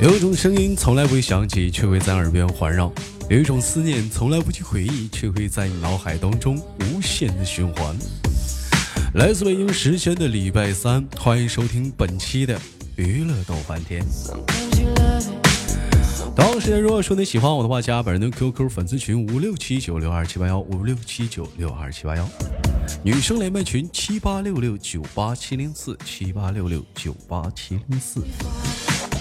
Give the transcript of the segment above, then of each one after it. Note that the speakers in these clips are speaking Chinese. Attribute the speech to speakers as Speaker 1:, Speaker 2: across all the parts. Speaker 1: 有一种声音从来不会响起，却会在耳边环绕；有一种思念从来不去回忆，却会在你脑海当中无限的循环。来自北京时间的礼拜三，欢迎收听本期的娱乐逗翻天。同时，如果说你喜欢我的话，加本人的 QQ 粉丝群五六七九六二七八幺五六七九六二七八幺，女生连麦群七八六六九八七零四七八六六九八七零四，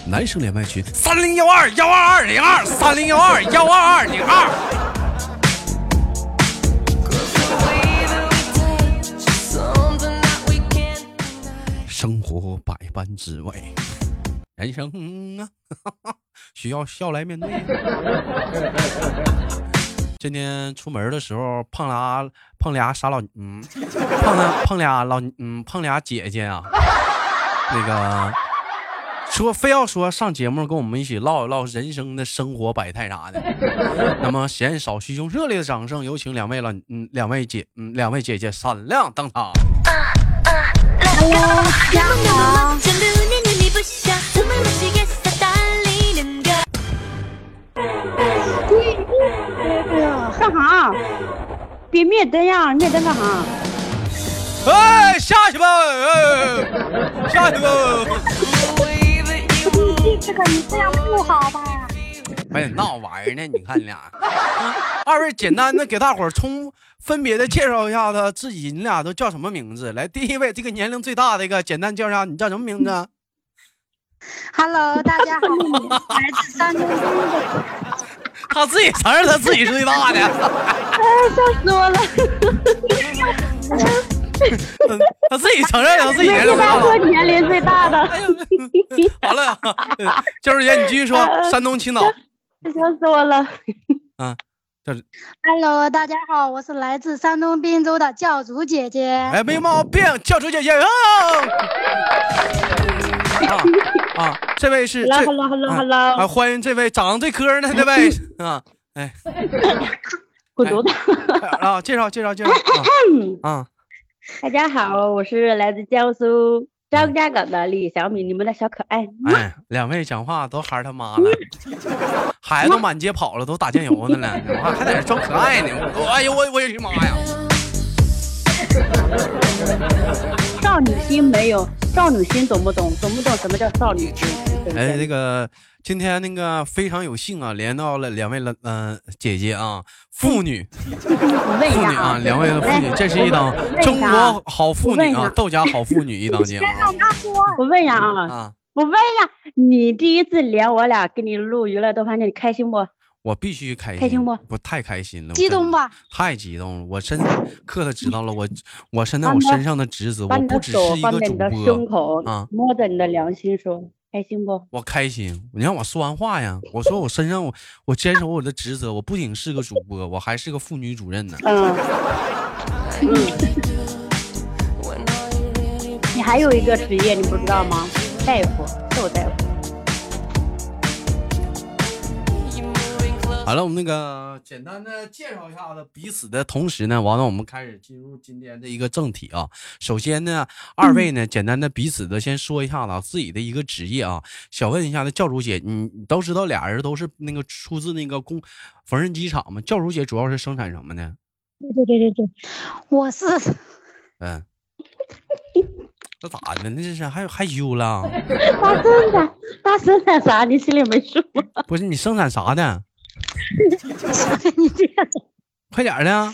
Speaker 1: 男生连麦群三零幺二幺二二零二三零幺二幺二二零二。生活百般滋味，人生啊， 需要笑来面对。今天出门的时候碰俩碰俩傻老嗯，碰了碰俩老嗯碰俩姐姐啊，那个说非要说上节目跟我们一起唠一唠人生的生活百态啥的。那么闲少叙用热烈的掌声，有请两位老嗯两位姐嗯两位姐姐闪亮登场。
Speaker 2: 干啥？别啊灭灯呀！灭灯干啥？
Speaker 1: 哎，下去吧，哎，下去吧。
Speaker 2: 这个你这样不好吧？
Speaker 1: 哎呀，闹玩呢，你看你俩。嗯二位简单的给大伙儿冲分别的介绍一下他自己，你俩都叫什么名字？来，第一位这个年龄最大的一个，简单介绍一下，你叫什么名字啊？
Speaker 3: Hello，大家好，来自山 东东北，
Speaker 1: 他自己承认他自己是最大的，
Speaker 3: 笑死我了。
Speaker 1: 他 他自己承认他自己
Speaker 2: 你
Speaker 1: 年龄
Speaker 2: 一
Speaker 1: 最大
Speaker 2: 般 说
Speaker 1: 了。
Speaker 2: 年龄最
Speaker 1: 哎呀，
Speaker 2: 大的，
Speaker 1: 完了， 教授姐，你继续说，山东青岛，
Speaker 2: 笑死我了！
Speaker 1: 啊这是
Speaker 3: Hello，大家好，我是来自山东滨州的教主姐姐。
Speaker 1: 哎，没毛病，教授姐姐啊！啊啊，这位是
Speaker 2: h e l
Speaker 1: 这
Speaker 2: l o h e l l o
Speaker 1: 啊
Speaker 2: h e l l o
Speaker 1: 啊，欢迎这位长得最磕碜的这位
Speaker 2: 嗯
Speaker 1: 啊，哎
Speaker 2: 滚犊子！
Speaker 1: 啊，介绍介绍介绍
Speaker 2: 嗯
Speaker 1: 啊啊，
Speaker 2: 大家好，我是来自江苏张家港的李小米，你们的小可爱。
Speaker 1: 哎，两位讲话都喊他妈了，
Speaker 2: 嗯
Speaker 1: 孩子都满街跑了，都打酱油呢了，我 还还在这装可爱呢，我哎呦我我去妈呀！
Speaker 2: 少女心没有，少女心懂不懂？懂不懂什么叫少女心？对不
Speaker 1: 哎，
Speaker 2: 对
Speaker 1: 那个今天那个非常有幸啊，连到了两位了，嗯、姐姐啊，妇女
Speaker 2: 我问一
Speaker 1: 妇
Speaker 2: 下
Speaker 1: 女啊，
Speaker 2: 啊，
Speaker 1: 两位的妇女，这是一档
Speaker 2: 问一下啊
Speaker 1: 中国好妇
Speaker 2: 我问
Speaker 1: 女
Speaker 2: 一下
Speaker 1: 啊，窦家好妇女一档节目
Speaker 2: 我问一下啊，
Speaker 1: 啊，
Speaker 2: 我问一下，你第一次连我俩给你录娱乐豆瓣天，你开心不？
Speaker 1: 我必须开心，
Speaker 2: 开心不
Speaker 1: 我太开心了，
Speaker 3: 激动
Speaker 1: 吧。
Speaker 3: 吧？
Speaker 1: 太激动了，我真刻的知道了，我我现在
Speaker 2: 把
Speaker 1: 我
Speaker 2: 你的
Speaker 1: 身上的职责，
Speaker 2: 把
Speaker 1: 我
Speaker 2: 你
Speaker 1: 不
Speaker 2: 的
Speaker 1: 只
Speaker 2: 手
Speaker 1: 是一
Speaker 2: 放
Speaker 1: 个
Speaker 2: 在
Speaker 1: 主
Speaker 2: 你的胸
Speaker 1: 播，
Speaker 2: 口
Speaker 1: 啊，
Speaker 2: 摸着你的良心说，开心不？
Speaker 1: 我开心。你让我说完话呀，我说我身上我我坚守我的职责，我不仅是个主播，我还是个妇女主任呢。
Speaker 2: 嗯， 嗯，你还有一个职业你不知道吗？ 大夫，兽大夫。
Speaker 1: 好了，我们那个简单的介绍一下子彼此的同时呢，完了我们开始进入今天的一个正题啊。首先呢，二位呢简单的彼此的先说一下子啊自己的一个职业啊，想问一下子教主姐，你你都知道俩人都是那个出自那个工缝纫机厂嘛？教主姐主要是生产什么呢？
Speaker 3: 对对对对对，我是
Speaker 1: 嗯，那咋的？那这是还害羞了？
Speaker 2: 他生产，他生产啥？你心里没数吗？
Speaker 1: 不是你生产啥的？
Speaker 2: 你这样子，
Speaker 1: 快点儿的！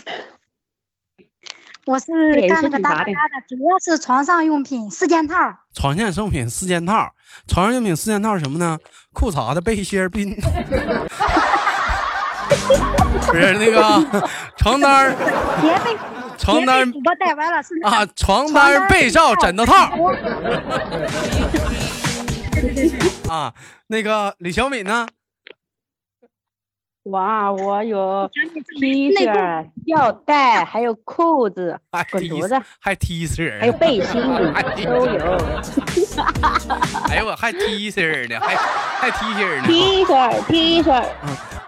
Speaker 3: 我是
Speaker 2: 也
Speaker 3: 干
Speaker 2: 是
Speaker 3: 那个
Speaker 2: 挺
Speaker 3: 哒
Speaker 2: 杂
Speaker 3: 哒
Speaker 2: 的
Speaker 3: 哒的，主要是床上用品、四件套。
Speaker 1: 床上用品四件套，床上用品四件套是什么呢？裤衩子、背心儿、冰， 不是那个床单儿、
Speaker 3: 别被
Speaker 1: 床
Speaker 3: 别
Speaker 1: 单
Speaker 3: 被
Speaker 1: 儿
Speaker 3: 主播带歪了，是那个
Speaker 1: 啊，床单儿、被罩、枕头套啊。那个李小敏呢？
Speaker 2: 哇，我有 T
Speaker 3: 内裤
Speaker 2: 恤、吊带，还有裤子
Speaker 1: 还，
Speaker 2: 滚
Speaker 1: 踢
Speaker 2: 犊子，
Speaker 1: 还踢丝儿，
Speaker 2: 还有背心都有。
Speaker 1: 哎呦我还踢丝儿呢，还还踢丝儿呢。
Speaker 2: T 恤、T 恤，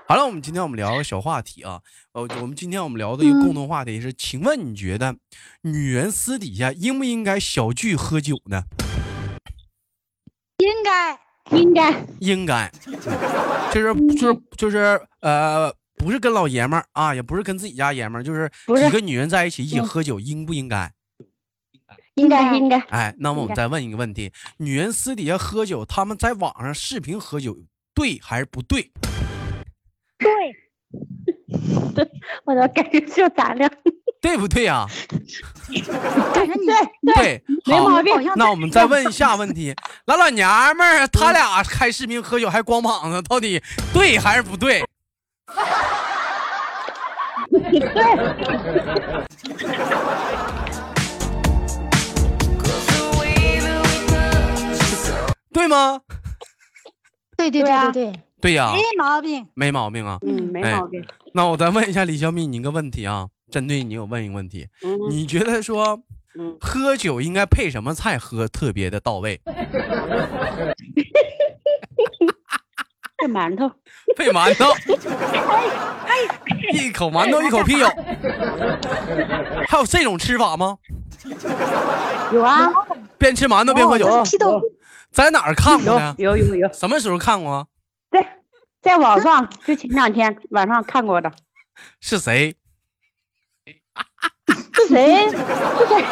Speaker 1: 好了，我们今天我们聊个小话题啊，呃，我们今天我们聊的一
Speaker 2: 嗯
Speaker 1: 个共同话题是，请问你觉得女人私底下应不应该小聚喝酒呢？
Speaker 3: 应该
Speaker 2: 应该
Speaker 1: 应该，就是就是就是呃，不是跟老爷们儿啊，也不是跟自己家爷们儿，就是
Speaker 2: 不是
Speaker 1: 几
Speaker 2: 嗯
Speaker 1: 个女人在一起一起喝酒，应不应该？
Speaker 2: 应该应该
Speaker 1: 哎，那么我们
Speaker 2: 应该
Speaker 1: 再问一个问题：女人私底下喝酒，她们在网上视频喝酒，对还是不对？
Speaker 2: 对。我都感觉就咱俩
Speaker 1: 对不对呀、啊？
Speaker 3: 感觉你
Speaker 2: 对对，
Speaker 1: 对，
Speaker 2: 没
Speaker 1: 好
Speaker 2: 毛病
Speaker 3: 好像
Speaker 1: 那我们再问一下问题：老老娘们儿，
Speaker 2: 嗯
Speaker 1: 他俩开视频喝酒还光膀子，到底对还是不对？
Speaker 2: 对，
Speaker 1: 对吗？
Speaker 3: 对对
Speaker 2: 对啊
Speaker 3: 对对对，
Speaker 1: 对呀、
Speaker 3: 没毛病。
Speaker 1: 没毛病啊。
Speaker 2: 嗯，没毛病。
Speaker 1: 那我再问一下李小米，你一个问题啊，针对你我问一个问题，
Speaker 2: 嗯
Speaker 1: 你觉得说
Speaker 2: 嗯，
Speaker 1: 喝酒应该配什么菜喝特别的到位？
Speaker 2: 这馒头，
Speaker 1: 配馒头，一口馒头一口啤酒，还有这种吃法吗？
Speaker 2: 有啊，
Speaker 1: 边吃馒头边啊喝酒，
Speaker 2: 有
Speaker 3: 哦
Speaker 2: 啊嗯
Speaker 3: 批斗
Speaker 1: 在哪儿看过呢？
Speaker 2: 有有有有，
Speaker 1: 什么时候看过啊？
Speaker 2: 在在网上就前两天晚上看过的，
Speaker 1: 是谁？
Speaker 2: 是谁？是谁？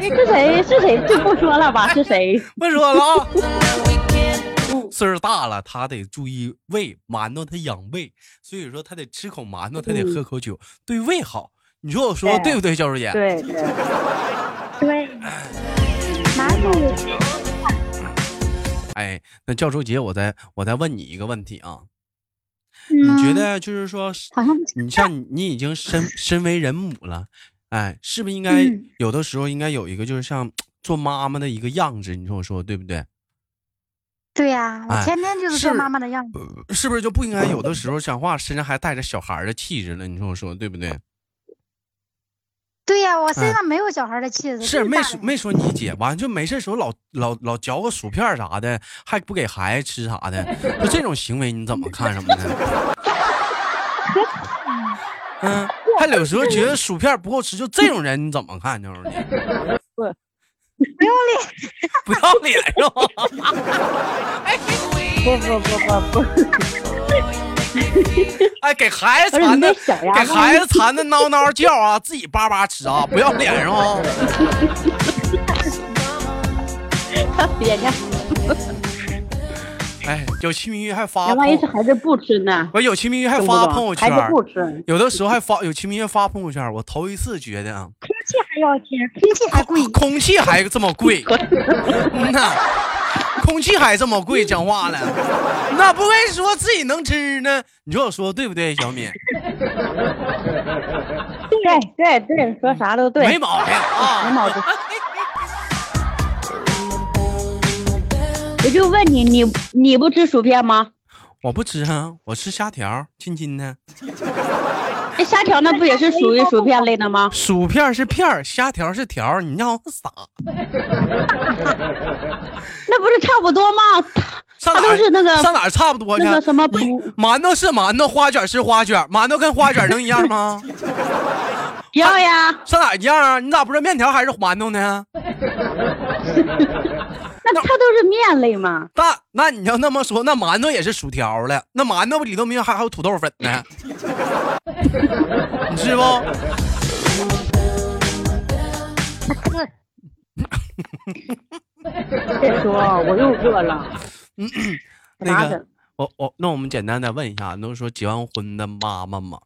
Speaker 2: 是谁？是谁？就不说了 吧，是谁？
Speaker 1: 不说了啊。
Speaker 3: 嗯
Speaker 1: 岁数大了，他得注意胃，馒头他养胃，所以说他得吃口馒头，他得
Speaker 3: 嗯
Speaker 1: 喝口酒，对胃好。你说我说的
Speaker 2: 对
Speaker 1: 对不对，教授姐？
Speaker 2: 对对，
Speaker 3: 对，哪有
Speaker 1: 哎，那教授姐，我再我再问你一个问题啊，
Speaker 3: 嗯
Speaker 1: 你觉得就是说，
Speaker 3: 好像
Speaker 1: 你像你你已经身身为人母了，哎，是不是应该
Speaker 3: 嗯
Speaker 1: 有的时候应该有一个就是像做妈妈的一个样子？你说我说对不对？
Speaker 3: 对呀、
Speaker 1: 哎
Speaker 3: 我天天就是做
Speaker 1: 是
Speaker 3: 妈妈的样子。
Speaker 1: 是不是就不应该有的时候讲话身上还带着小孩儿的气质呢？你说我说对不对？
Speaker 3: 对呀、我
Speaker 1: 哎
Speaker 3: 身上没有小孩的气质。
Speaker 1: 是
Speaker 3: 真
Speaker 1: 没
Speaker 3: 大
Speaker 1: 说
Speaker 3: 人
Speaker 1: 没说你姐，完就没事时候老老老嚼个薯片儿啥的，还不给孩子吃啥的，就这种行为你怎么看什么的？ 嗯，还有时候觉得薯片儿不够吃，就这种人你怎么看？ 就是你不要脸是吧？
Speaker 2: 不不不不不，
Speaker 1: 哎，给孩子
Speaker 2: 而且
Speaker 1: 馋
Speaker 2: 你
Speaker 1: 的，
Speaker 2: 那小牙
Speaker 1: 给
Speaker 2: 缝
Speaker 1: 孩子馋的嗷嗷叫啊，自己叭叭吃啊，不要脸是吧？
Speaker 2: 人家
Speaker 1: 哎，有其名曰还发
Speaker 2: 人万一
Speaker 1: 朋
Speaker 2: 是，孩子不吃呢？
Speaker 1: 我有其名曰还
Speaker 2: 懂不
Speaker 1: 发
Speaker 2: 懂
Speaker 1: 朋友
Speaker 2: 孩
Speaker 1: 圈
Speaker 2: 子
Speaker 1: 儿，
Speaker 2: 不吃，
Speaker 1: 有的时候还发有其名曰发朋友圈儿，我头一次觉得啊。
Speaker 3: 空气还要钱，空气还贵。
Speaker 1: 空气还这么贵，嗯呐，空气还这么贵，讲话了，那不会说自己能吃呢？你说我说对不对，小敏？
Speaker 2: 对对对，说啥都 对，
Speaker 1: 没毛病啊，
Speaker 2: 没毛病。我就问你，你你不吃薯片吗？
Speaker 1: 我不吃啊，我吃虾条，亲亲的。
Speaker 2: 那虾条那不也是属于薯片类的吗？
Speaker 1: 薯片是片儿，虾条是条儿，你让我撒
Speaker 2: 那不是差不多吗？
Speaker 1: 上哪
Speaker 2: 它
Speaker 1: 儿
Speaker 2: 都是那个
Speaker 1: 上哪儿差不多去？
Speaker 2: 那个什么
Speaker 1: 你馒头是馒头，花卷是花卷，馒头跟花卷能一样吗？
Speaker 2: 要呀，
Speaker 1: 上哪儿一样啊？你咋不知道面条还是馒头呢？
Speaker 2: 那它都是面类嘛。
Speaker 1: 那那你要那么说，那馒头也是薯条了。那馒头里头明明还还有土豆粉呢， 你吃不？
Speaker 2: 再说我又饿了，
Speaker 1: 那
Speaker 2: 啥
Speaker 1: 个啊
Speaker 2: 的，
Speaker 1: 我我那我们简单的问一下，都说结完婚的妈妈嘛，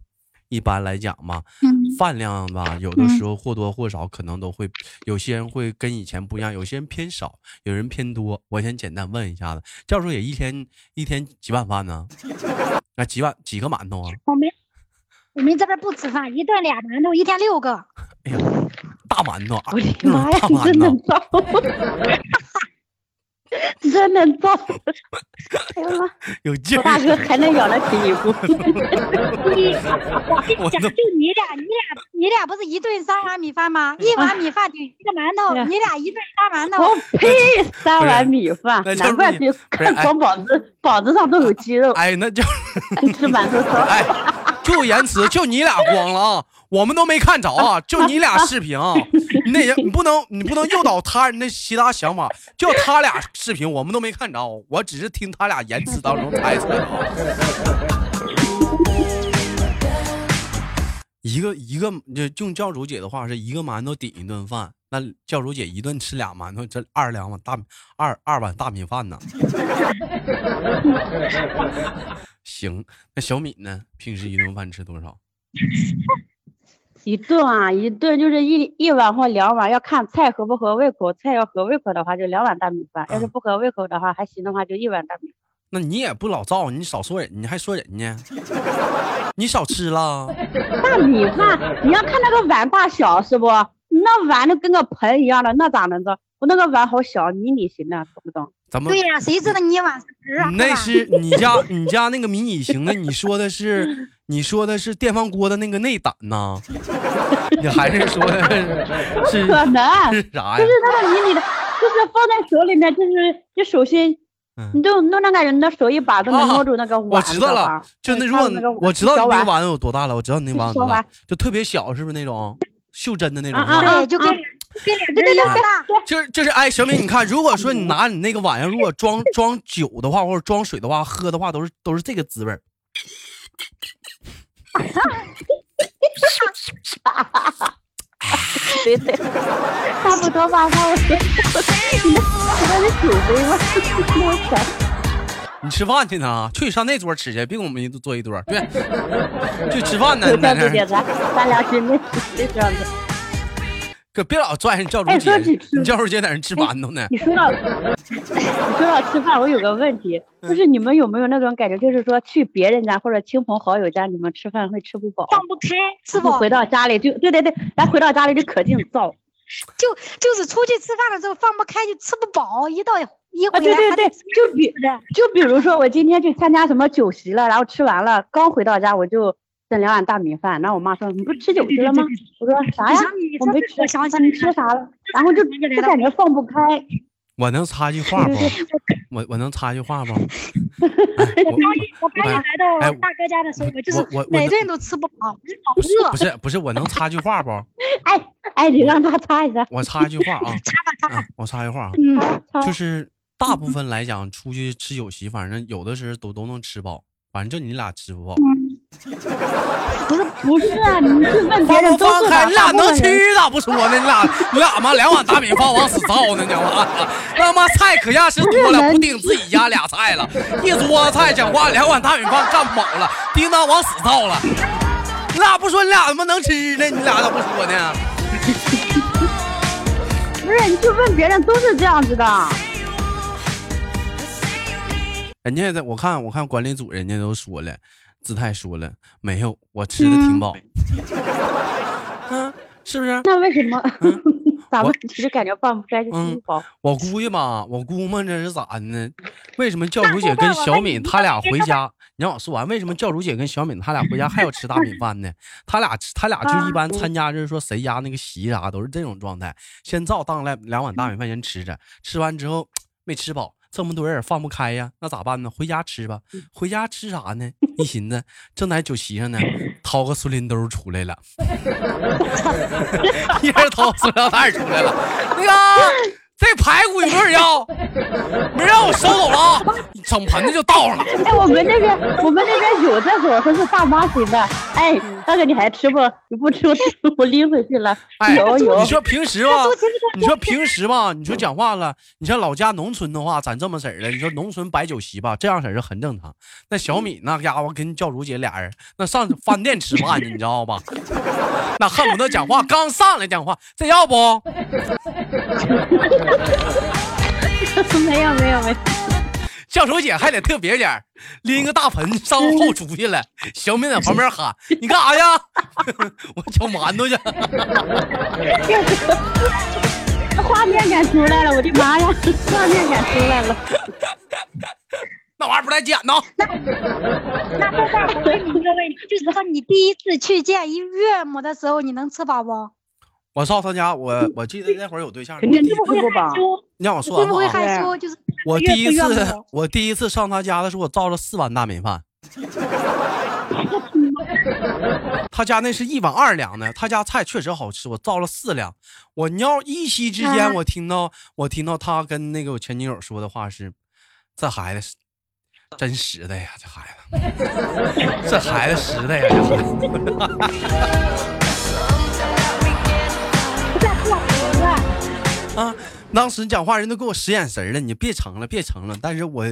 Speaker 1: 一般来讲嘛，
Speaker 3: 嗯，
Speaker 1: 饭量吧，有
Speaker 2: 嗯
Speaker 1: 的时候或多或少可能都会，有些人会跟以前不一样，有些人偏少，有人偏多。我先简单问一下子，教授也一天一天几碗饭呢？ 啊，几碗几个馒头啊？
Speaker 3: 我们我们这边不吃饭，一顿俩馒头，一天六个。
Speaker 1: 哎呀，大馒头啊
Speaker 2: 我，的妈呀
Speaker 1: 大，
Speaker 2: 你
Speaker 1: 馒
Speaker 2: 真
Speaker 1: 头
Speaker 2: 能。造，真能造，
Speaker 3: 哎呦妈！
Speaker 1: 有劲
Speaker 2: 我大
Speaker 1: 儿，
Speaker 2: 哥还能养得起你不？
Speaker 3: 你我跟
Speaker 1: 我
Speaker 3: 你讲，
Speaker 1: 都
Speaker 3: 就你俩，你俩你俩不是一顿三碗米饭吗？一碗米饭顶一个馒头，
Speaker 2: 是
Speaker 3: 你俩一顿仨馒头。
Speaker 2: 我呸！三碗米饭
Speaker 1: 那，就是
Speaker 2: 难怪
Speaker 1: 你
Speaker 2: 你
Speaker 1: 不是哎
Speaker 2: 看光膀子膀子上都有肌肉，
Speaker 1: 哎，那就
Speaker 2: 吃馒头烧。
Speaker 1: 哎，就言辞，就你俩光了啊！我们都没看着啊，就你俩视频啊，你那也你不能你不能诱导他人的其他想法，就他俩视频我们都没看着，我只是听他俩言辞当中猜测的啊。一个一个，就用教主姐的话是一个馒头顶一顿饭。那教主姐一顿吃俩馒头，这二两碗大米二二碗大米饭呢。 行，那小米呢？平时一顿饭吃多少？
Speaker 2: 一顿啊，一顿就是一一碗或两碗，要看菜合不合胃口。菜要合胃口的话，就两碗大米饭；要是
Speaker 1: 嗯
Speaker 2: 不合胃口的话，还行的话，就一碗大米。
Speaker 1: 那你也不老造，你少说人，你还说人呢？ 你少吃了？
Speaker 2: 大米饭，你要看那个碗大小是不？那碗都跟个盆一样的，那咋能着？我那个碗好小，迷你型的，懂不懂？
Speaker 1: 咱们
Speaker 3: 对呀、谁知道你晚上吃啊？
Speaker 1: 你那
Speaker 3: 吧
Speaker 1: 是你家你家那个迷你型的，你说的是 你说的是电饭锅的那个内胆呐？你还是说的 是
Speaker 2: 可能啊
Speaker 1: 是啥
Speaker 2: 就
Speaker 1: 嗯哎呀
Speaker 2: 是？那个迷你的，就是放在手里面，就是就手心，
Speaker 1: 嗯
Speaker 2: 你就弄那个人的手一把都能
Speaker 1: 啊
Speaker 2: 摸住那个碗、
Speaker 1: 我知道了，就那如
Speaker 2: 种，
Speaker 1: 果我知道
Speaker 2: 小
Speaker 1: 你那个
Speaker 2: 碗
Speaker 1: 碗有多大了，我知道你那碗有多
Speaker 2: 小
Speaker 1: 大
Speaker 2: 碗，
Speaker 1: 就特别小，是不是那种袖珍的那种？
Speaker 2: 啊
Speaker 1: 是吧
Speaker 2: 啊
Speaker 3: 对，就跟跟两只腰大，
Speaker 1: 就是就是，哎，小敏，你看，如果说你拿你那个碗上，如果装装酒的话，或者装水的话，喝的话，都是都是这个滋味儿。
Speaker 2: 对对，差不多吧，差不多。你那是酒杯吗？我天，
Speaker 1: 你吃饭去呢？啊去上那桌吃去，别跟我们一坐一桌。对，就吃饭呢，
Speaker 2: 有
Speaker 1: 你在
Speaker 2: 点
Speaker 1: 那
Speaker 2: 不点
Speaker 1: 儿
Speaker 2: 咱咱俩姐妹是这样子。
Speaker 1: 可别老拽人教主
Speaker 2: 哎
Speaker 1: 姐
Speaker 2: 说起，吃
Speaker 1: 你教主姐在那儿吃馒头呢。
Speaker 2: 你说到你说到吃饭，我有个问题，就是你们有没有那种感觉，就是说去别人家或者亲朋好友家，你们吃饭会吃不饱，
Speaker 3: 放不开，是
Speaker 2: 然
Speaker 3: 不
Speaker 2: 后？回到家里就对对对，咱回到家里就可劲造
Speaker 3: 就就是出去吃饭的时候放不开，就吃不饱，一到一
Speaker 2: 啊！
Speaker 3: 回
Speaker 2: 对
Speaker 3: 来
Speaker 2: 对
Speaker 3: 还
Speaker 2: 对，
Speaker 3: 得
Speaker 2: 就比就比如说我今天去参加什么酒席了，然后吃完了，刚回到家我就整两碗大米饭，然后我妈说你不吃酒席了吗？我说啥
Speaker 3: 我
Speaker 2: 呀
Speaker 3: 想起，
Speaker 2: 我没
Speaker 3: 这
Speaker 2: 吃，
Speaker 3: 我想起
Speaker 2: 你
Speaker 3: 你
Speaker 2: 吃
Speaker 3: 了
Speaker 2: 啥了？然后就
Speaker 3: 想起来
Speaker 2: 就
Speaker 3: 了
Speaker 2: 感觉放不开，
Speaker 1: 我能插句话不
Speaker 2: 对？
Speaker 1: 我我能插句话不？哎
Speaker 3: 我刚一我刚一来到
Speaker 1: 哎哎
Speaker 3: 我大哥家的时候，我就
Speaker 1: 我我
Speaker 3: 是
Speaker 1: 我
Speaker 3: 哪顿都吃不饱，就老
Speaker 1: 不是
Speaker 3: 饿
Speaker 1: 不。是不是，我能插句话不？
Speaker 2: 哎哎，你让他 擦一下，
Speaker 1: 我插一句话啊，
Speaker 3: 插吧插吧，
Speaker 1: 啊我插一句话啊，
Speaker 2: 嗯， 擦
Speaker 1: 就是大
Speaker 2: 嗯
Speaker 1: 部分来讲，出去吃酒席，反正有的时候都都能吃饱，反正就你俩吃不饱。
Speaker 2: 嗯不是不是啊，你去问别
Speaker 1: 放
Speaker 2: 人
Speaker 1: 不
Speaker 2: 都
Speaker 1: 放
Speaker 2: 是
Speaker 1: 开，
Speaker 2: 吧
Speaker 1: 你
Speaker 2: 大
Speaker 1: 俩
Speaker 2: 部
Speaker 1: 能
Speaker 2: 分人
Speaker 1: 吃咋不说呢？你俩你俩妈两碗大米饭往死造呢，你妈他妈菜可下是多了，不顶自己家俩菜了，一桌菜讲话两碗大米饭干饱了，叮当往死造了。你俩不说你俩他妈能吃呢？你俩咋不说呢？
Speaker 2: 不是你去问别人都是这样子的，
Speaker 1: 人家在我看我看管理组人家都说了，姿态说了没有，我吃的挺饱。 嗯，是不是？
Speaker 2: 那为什么 咱们就感觉放不开就
Speaker 1: 嗯
Speaker 2: 吃不饱？
Speaker 1: 我估计吧，我估摸这是咋的呢？为什么教主姐跟小敏她俩回家？你让我说完，为什么教主姐跟小敏她俩回家还要吃大米饭呢？她俩吃，她俩就一般参加，就是说谁家那个席啥、都是这种状态，先造当来两碗大米饭先吃着，吃完之后没吃饱，这么多人放不开呀，那咋办呢？回家吃吧，回家吃啥呢？一寻思，正在酒席上呢，掏个塑料兜出来了。 一人掏塑料袋出来了。那个，这排骨有没有人要？没人要，我收走了啊！整盆子就倒上了。
Speaker 2: 哎，我们那边我们那边有这种说是大妈型的，哎，
Speaker 1: 嗯
Speaker 2: 大哥你还吃不？你不吃我 我拎回去了。
Speaker 1: 哎，
Speaker 2: 有有
Speaker 1: 你，说平时吧
Speaker 3: 猪蹄子，
Speaker 1: 你说平时吧，你说讲话了，你像老家农村的话，咱这么式儿的，你说农村摆酒席吧，这样式儿是很正常。那小米那家伙跟教主姐俩人，那上饭店吃饭去，你知道吧？ 那恨不得讲话刚上来讲话，这要不？
Speaker 2: 没有没有没有，
Speaker 1: 教主姐还得特别点儿，拎个大盆上后厨去了。小敏在旁边喊：“你干啥呀？” 我叫馒头去。
Speaker 2: 画面感出来了，我的妈呀，画面感出来了。
Speaker 1: 那玩意儿不带捡呢。
Speaker 3: 那豆豆，我问你一个问题，就是说你第一次去见一岳母的时候，你能吃饱不？
Speaker 1: 我上他家，我我记得那会儿有对象。
Speaker 2: 肯定
Speaker 3: 会不
Speaker 2: 吃不
Speaker 3: 会
Speaker 2: 饱
Speaker 3: 害羞？
Speaker 1: 你让我
Speaker 3: 你
Speaker 1: 说
Speaker 3: 会不会
Speaker 1: 完啊。
Speaker 3: 害羞？就是
Speaker 1: 我
Speaker 3: 越
Speaker 1: 第一
Speaker 3: 吃越
Speaker 1: 次
Speaker 3: 猛，
Speaker 1: 我第一次上他家的时候，我造了四碗大米饭。他家那是一碗二两的，他家菜确实好吃，我造了四两。我尿一夕之间，
Speaker 3: 啊
Speaker 1: 我听到我听到他跟那个我前女友说的话是：“这孩子是真实的呀，这孩子， 这孩子实在呀。这孩子”
Speaker 3: 在过头了。
Speaker 1: 啊，当时讲话人都给我使眼神儿了，你别成了，别成了。但是我，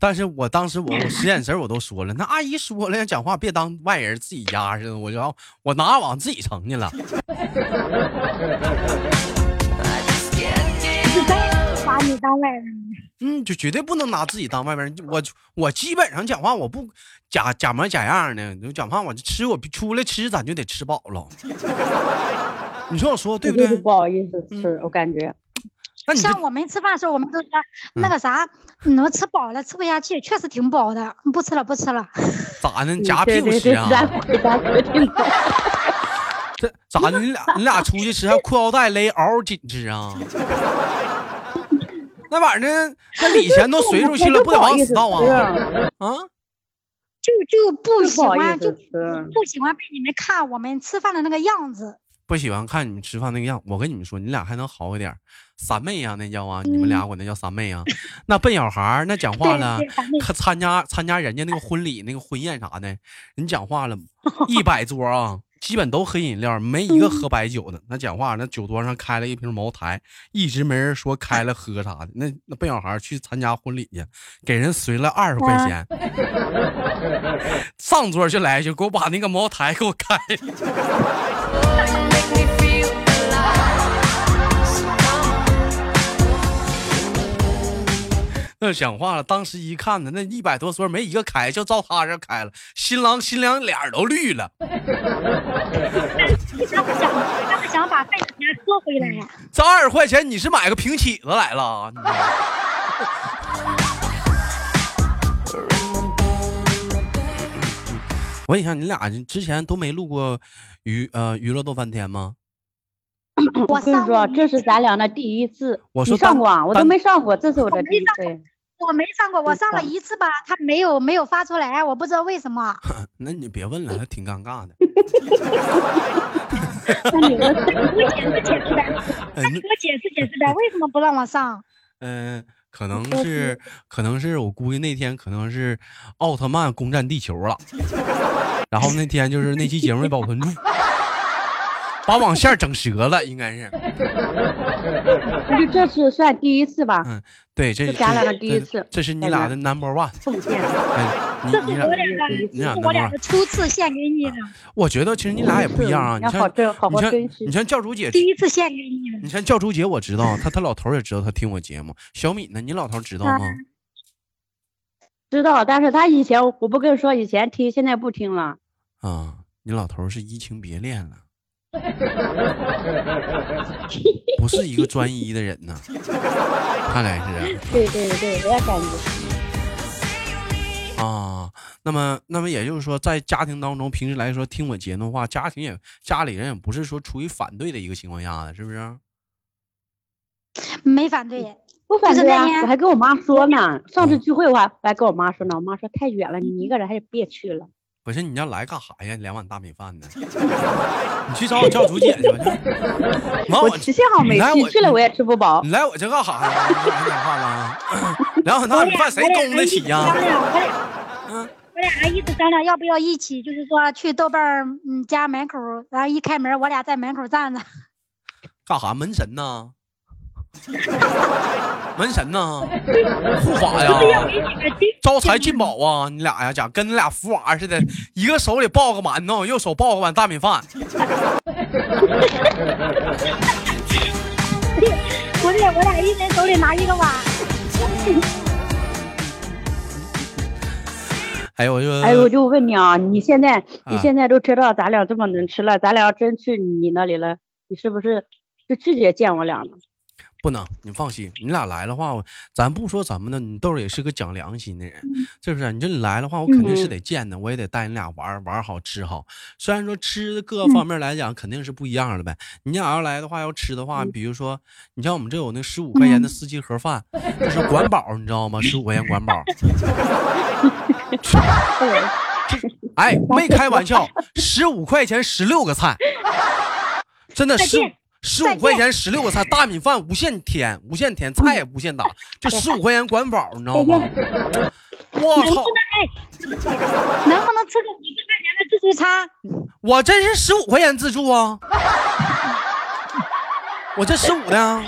Speaker 1: 但是我当时我我使眼神儿我都说了，那阿姨说了，讲话别当外人，自己家似的。我就要我拿往自己成去了。
Speaker 3: 是真把你当外人，
Speaker 1: 嗯，就绝对不能拿自己当外边人。我我基本上讲话我不假假模假样的，就讲话我就吃我出来吃咱就得吃饱了。你说我说对不
Speaker 2: 我就是
Speaker 1: 对？
Speaker 2: 不好意思
Speaker 1: 嗯
Speaker 2: 吃，我感觉
Speaker 1: 那你就嗯
Speaker 3: 像我们吃饭的时候，我们都说那个啥，你们吃饱了，吃不下去，确实挺饱的，嗯不吃了，不吃了。
Speaker 1: 咋的？
Speaker 2: 你
Speaker 1: 你夹屁
Speaker 2: 这
Speaker 1: 股
Speaker 2: 这
Speaker 1: 吃
Speaker 2: 这咱
Speaker 1: 啊？
Speaker 2: 回答决 定了。
Speaker 1: 这咋的？你俩你俩出去吃还裤腰带勒嗷紧致啊？ 那玩意儿呢那礼钱都随出去了，
Speaker 2: 我
Speaker 1: 不得
Speaker 2: 好
Speaker 1: 往
Speaker 2: 意
Speaker 1: 死
Speaker 2: 思
Speaker 1: 倒啊？
Speaker 2: 吃
Speaker 1: 啊，
Speaker 3: 就就不喜
Speaker 2: 不好意
Speaker 3: 欢，就
Speaker 2: 思嗯吃。
Speaker 3: 不喜欢被你们看我们吃饭的那个样子。
Speaker 1: 不喜欢看你们吃饭那个样。我跟你们说，你俩还能好一点儿，三妹呀、那叫啊，你们
Speaker 2: 嗯
Speaker 1: 俩管那叫三妹啊。那笨小孩儿那讲话了
Speaker 3: 对，对，咱们
Speaker 1: 他参加参加人家那个婚礼、那个婚宴啥的，人讲话了，一百桌啊，基本都喝饮料，没一个喝白酒的。那讲话，那酒桌上开了一瓶茅台，一直没人说开了喝啥的。那那笨小孩去参加婚礼去，给人随了二十块
Speaker 3: 啊
Speaker 1: 钱，上桌就来一句，给我把那个茅台给我开 了。那讲话了，当时一看呢，那一百多桌没一个开，就照他这开了，新郎新娘脸儿都绿了。
Speaker 3: 他们想，他们想把饭钱喝回来呀。
Speaker 1: 这二十块钱你是买个平起子来了啊？你我问一下，你俩之前都没录过娱呃娱乐逗翻天吗？
Speaker 3: 我
Speaker 2: 跟你
Speaker 3: 上
Speaker 2: 说，
Speaker 3: 过
Speaker 2: 这是咱俩的第一次。
Speaker 1: 我说
Speaker 2: 你上
Speaker 1: 当
Speaker 2: 过啊？我都
Speaker 1: 当
Speaker 2: 没上过，这是我的
Speaker 3: 我没
Speaker 2: 第一
Speaker 3: 上
Speaker 2: 次。
Speaker 3: 我没上过，我上了一次吧，他没有没有发出来，我不知道为什么。
Speaker 1: 那你别问了，还挺尴尬的。
Speaker 2: 那你
Speaker 1: 哎
Speaker 2: 们
Speaker 3: 我解释解释呗，
Speaker 1: 嗯、
Speaker 3: 你给我解释解释呗，为什么不让我上？
Speaker 1: 嗯、可能是可能是我估计那天可能是奥特曼攻占地球了， 然后那天就是那期节目没保存住， 把网线整折了，应该是。
Speaker 2: 就这是算第一次吧？
Speaker 1: 嗯对，这
Speaker 2: 这
Speaker 1: 是这
Speaker 2: 咱俩
Speaker 1: 是
Speaker 2: 的第一
Speaker 1: 这
Speaker 2: 次
Speaker 1: 这是你
Speaker 2: 在
Speaker 1: 俩
Speaker 2: 这
Speaker 1: 的 number one。
Speaker 2: 奉献。
Speaker 1: 哎，你
Speaker 3: 这是
Speaker 1: 你俩你俩能
Speaker 3: 我，俩的，这是我
Speaker 1: 玩
Speaker 3: 俩的初次献给你的，
Speaker 1: 我觉得其实你俩也不一样啊。
Speaker 2: 是
Speaker 1: 你
Speaker 2: 嗯要好
Speaker 1: 像，
Speaker 2: 珍好
Speaker 1: 你
Speaker 2: 好
Speaker 1: 像
Speaker 2: 珍，惜
Speaker 1: 你。像教主姐，
Speaker 3: 第一次献给你的。
Speaker 1: 你像教主姐，我知道她，她老头儿也知道她听我节目。小米呢？你老头儿知道吗？
Speaker 2: 知道，但是他以前我不跟你说，以前听，现在不听了。
Speaker 1: 啊，你老头儿是移情别恋 了，不是一个专一的人呐。看来是
Speaker 2: 对对对，我也感觉。
Speaker 1: 啊。那么，那么也就是说，在家庭当中，平时来说听我节目的话，家庭也家里人也不是说出于反对的一个情况下的，是不是？
Speaker 3: 没反对，
Speaker 2: 不反对啊
Speaker 3: 就是那天，
Speaker 2: 我还跟我妈说呢。上次聚会我还我还跟我妈说呢，我妈说太远了，你一个人还是别去了。
Speaker 1: 不是你要来干啥呀？两碗大米饭呢？ 你去找我教主姐去吧。完
Speaker 2: 我
Speaker 1: 我
Speaker 2: 吃幸好没
Speaker 1: 嗯你来
Speaker 2: 去，
Speaker 1: 我
Speaker 2: 去了我也吃不饱
Speaker 1: 你。来我这干啥呀？你两碗大米饭了？两碗大米饭谁供得起
Speaker 3: 我
Speaker 1: 呀？
Speaker 3: 俩我俩
Speaker 1: 嗯，
Speaker 3: 我俩还一直商量要不要一起，就是说去豆瓣儿嗯家门口儿，然后一开门，我俩在门口站着，
Speaker 1: 嗯干啥？门神呐？ 门神呐？护法呀？
Speaker 3: 哎
Speaker 1: 招财进宝啊！你俩呀，咋跟那俩福娃似的，一个手里抱个馒头，右手抱个碗大米饭。
Speaker 3: 不是我俩一人手里拿一个碗，
Speaker 1: 哎呦我就
Speaker 2: 哎，我就问你啊，你现在你
Speaker 1: 啊
Speaker 2: 现在都知道咱俩这么能吃了，咱俩要真去你那里了，你是不是就拒绝见我俩了？
Speaker 1: 不能，你放心，你俩来的话，我咱不说咱们的，你豆儿也是个讲良心的人，是不啊是？你这你来的话，我肯定是
Speaker 2: 嗯
Speaker 1: 得见的，我也得带你俩玩儿玩儿好吃好。虽然说吃的各个方面来讲肯定是不一样的呗。你俩要来的话，要吃的话，比如说，你像我们这有那十五块钱的司机盒饭，就是管饱，你知道吗？十五块钱管饱，
Speaker 2: 对，
Speaker 1: 这哎，没开玩笑，十五块钱十六个菜，真的
Speaker 3: 再
Speaker 1: 十
Speaker 3: 见
Speaker 1: 十
Speaker 3: 再
Speaker 1: 五
Speaker 3: 见
Speaker 1: 块钱十六个菜，大米饭无限添，无限添，菜也无限打，就十五块钱管饱，你知道吗？我操！
Speaker 3: 能不能吃个一块钱的自助餐？
Speaker 1: 我这是十五块钱自助啊，我这十五的啊，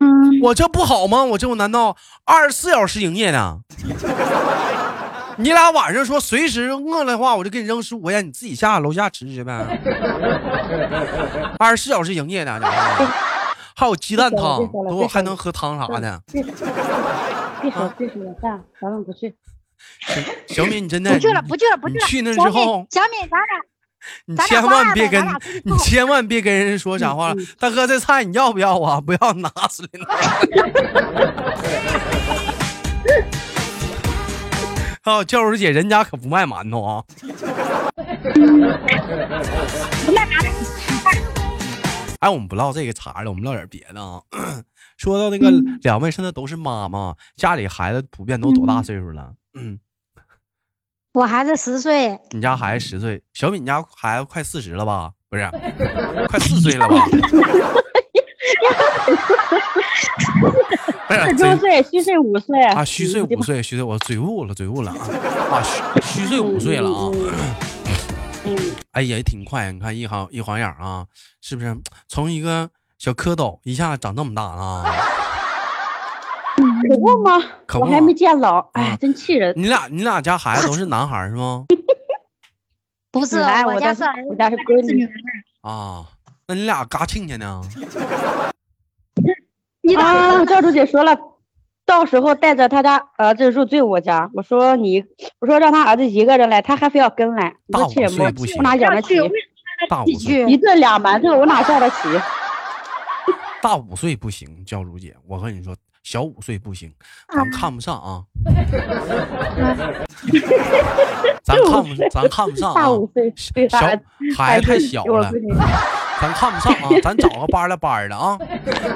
Speaker 3: 嗯，
Speaker 1: 我这不好吗？我这我难道二十四小时营业呢？你俩晚上说随时饿了的话，我就给你扔十五块钱，你自己下楼下吃去呗。二十四小时营业呢，这玩意儿还有鸡蛋汤，
Speaker 2: 别说了别说了
Speaker 1: 等我还能喝汤啥的。
Speaker 2: 别说
Speaker 1: 啊
Speaker 2: 别说了，算了，咱们不去。
Speaker 1: 小米，你真的
Speaker 3: 不去了，不去了，不
Speaker 1: 你
Speaker 3: 去了。
Speaker 1: 去那
Speaker 3: 小
Speaker 1: 之
Speaker 3: 米
Speaker 1: 后，
Speaker 3: 小米，咱俩
Speaker 1: 你
Speaker 3: 咱俩
Speaker 1: 千万别跟
Speaker 3: 咱俩出去嗯
Speaker 1: 你千万别跟人说啥话了，大哥，这菜你要不要啊？不要拿出 来拿。啊，教主姐，人家可不卖馒头啊！
Speaker 3: 不卖啥的。
Speaker 1: 哎，我们不唠这个茬了，我们唠点别的啊。 说到那个，
Speaker 3: 嗯
Speaker 1: 两位现在都是妈妈，家里孩子普遍都多大岁数了？嗯，
Speaker 3: 我孩子十岁，
Speaker 1: 你家孩
Speaker 2: 嗯
Speaker 1: 子十岁，小敏家孩子快四十了吧？不 是，快四岁了吧？不是
Speaker 2: 四，
Speaker 1: 哎真
Speaker 2: 周岁，虚岁五岁
Speaker 1: 啊，虚岁五
Speaker 2: 岁。
Speaker 1: 岁，虚岁，我嘴误了，嘴误了啊，啊，虚虚岁五岁了啊，
Speaker 2: 嗯，
Speaker 1: 哎呀，也挺快，你看一行一晃眼儿啊，是不是从一个小蝌蚪一下长这么大了 啊？
Speaker 2: 可不吗？
Speaker 1: 可不
Speaker 2: 我
Speaker 1: 嘛
Speaker 2: 还没见老，哎
Speaker 1: 嗯，
Speaker 2: 真气人。
Speaker 1: 你俩你俩家孩子都是男孩儿是吗？
Speaker 3: 不是
Speaker 2: 女孩
Speaker 3: 我
Speaker 2: 哎我
Speaker 3: 家
Speaker 2: 家
Speaker 3: 是儿
Speaker 2: 是
Speaker 3: 子，
Speaker 2: 我家是闺
Speaker 3: 女
Speaker 2: 女
Speaker 3: 儿。
Speaker 1: 啊，那你俩嘎亲家呢？
Speaker 3: 你咋知道
Speaker 2: 啊，
Speaker 3: 呢
Speaker 2: 教主姐说了，到时候带着他家儿子入赘我家。我说你，我说让他儿子一个人来，他还非要跟来，你
Speaker 1: 大
Speaker 2: 说
Speaker 1: 五
Speaker 2: 气人
Speaker 1: 岁不
Speaker 2: 不？
Speaker 1: 行
Speaker 2: 我哪养得起？
Speaker 3: 我为什么让
Speaker 1: 大
Speaker 3: 他
Speaker 1: 五
Speaker 3: 自己
Speaker 1: 岁
Speaker 2: 一
Speaker 3: 去？
Speaker 2: 顿俩馒头，我哪下得起？
Speaker 1: 大五岁不行，教主姐，我跟你说，小五岁不行，咱看不上啊，咱看 不咱看不上啊
Speaker 2: 大，五岁对哎
Speaker 1: 小
Speaker 2: 他
Speaker 1: 孩子太小了。咱看不上啊，咱找个班儿了班儿的啊。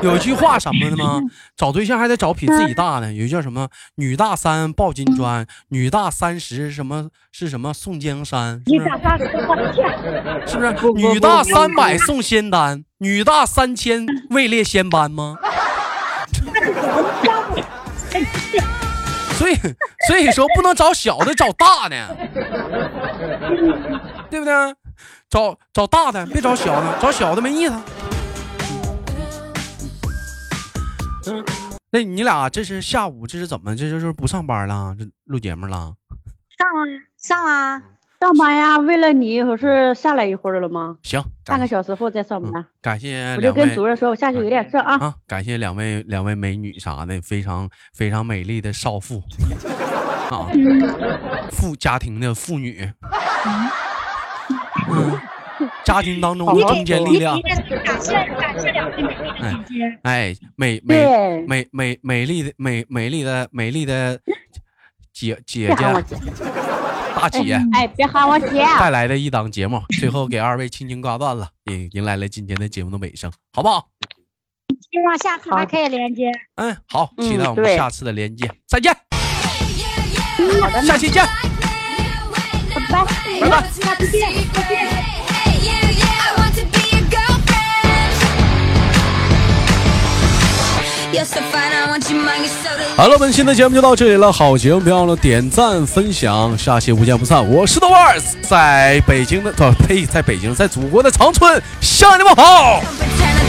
Speaker 1: 有句话什么的吗？找对象还得找比自己大的。有一句叫什么“女大三抱金砖，女大三十什么是什么送江山”，是
Speaker 3: 你
Speaker 1: 不
Speaker 3: 咋发生了？
Speaker 1: 是？是不是？女大三百送仙丹，女大三千位列仙班吗？ 所以，所以说不能找小的，找大的，对不对？找找大的，别找小的，找小的没意思。嗯，那你俩这是下午这是怎么？这就是不上班了，这录节目了？
Speaker 3: 上啊上啊！
Speaker 2: 上班呀，为了你可是下来一会儿了吗？
Speaker 1: 行，
Speaker 2: 半个
Speaker 1: 感
Speaker 2: 小时后再上班。
Speaker 1: 感谢嗯
Speaker 2: 我就
Speaker 1: 两
Speaker 2: 跟
Speaker 1: 位
Speaker 2: 主任说，我下去有点事儿啊。
Speaker 1: 啊，感谢两位两位美女啥的，非常非常美丽的少妇啊，
Speaker 2: 嗯
Speaker 1: 妇家庭的妇女，嗯，家庭当中的
Speaker 2: 你得
Speaker 1: 中坚
Speaker 2: 你
Speaker 1: 力
Speaker 3: 你
Speaker 1: 量
Speaker 3: 你。得感谢感谢两位美丽的姐姐，
Speaker 1: 哎，美美
Speaker 2: 对，
Speaker 1: 美美美丽的美美丽的美丽的姐姐
Speaker 2: 别喊我
Speaker 1: 姐
Speaker 2: 姐，
Speaker 1: 大姐
Speaker 2: 哎，别喊我姐。
Speaker 1: 带来的一档节目，最后给二位轻轻挂断了，也迎来了今天的节目的尾声，好不好？
Speaker 3: 希望下次还可以连接。
Speaker 1: 嗯，好，期待
Speaker 2: 嗯
Speaker 1: 我们
Speaker 2: 对
Speaker 1: 下次的连接，再见，
Speaker 2: 好的，
Speaker 1: 下期见。
Speaker 3: 拜拜，下次见，再见。
Speaker 4: You're so fine, I want your mind, you're so delicious.
Speaker 1: 好了，本期的节目就到这里了，好节目别忘了点赞分享，下期不见不散。我是豆瓣儿，在北京的，呃呸，在北京，在祖国的长春向你们好。
Speaker 4: Don't pretend I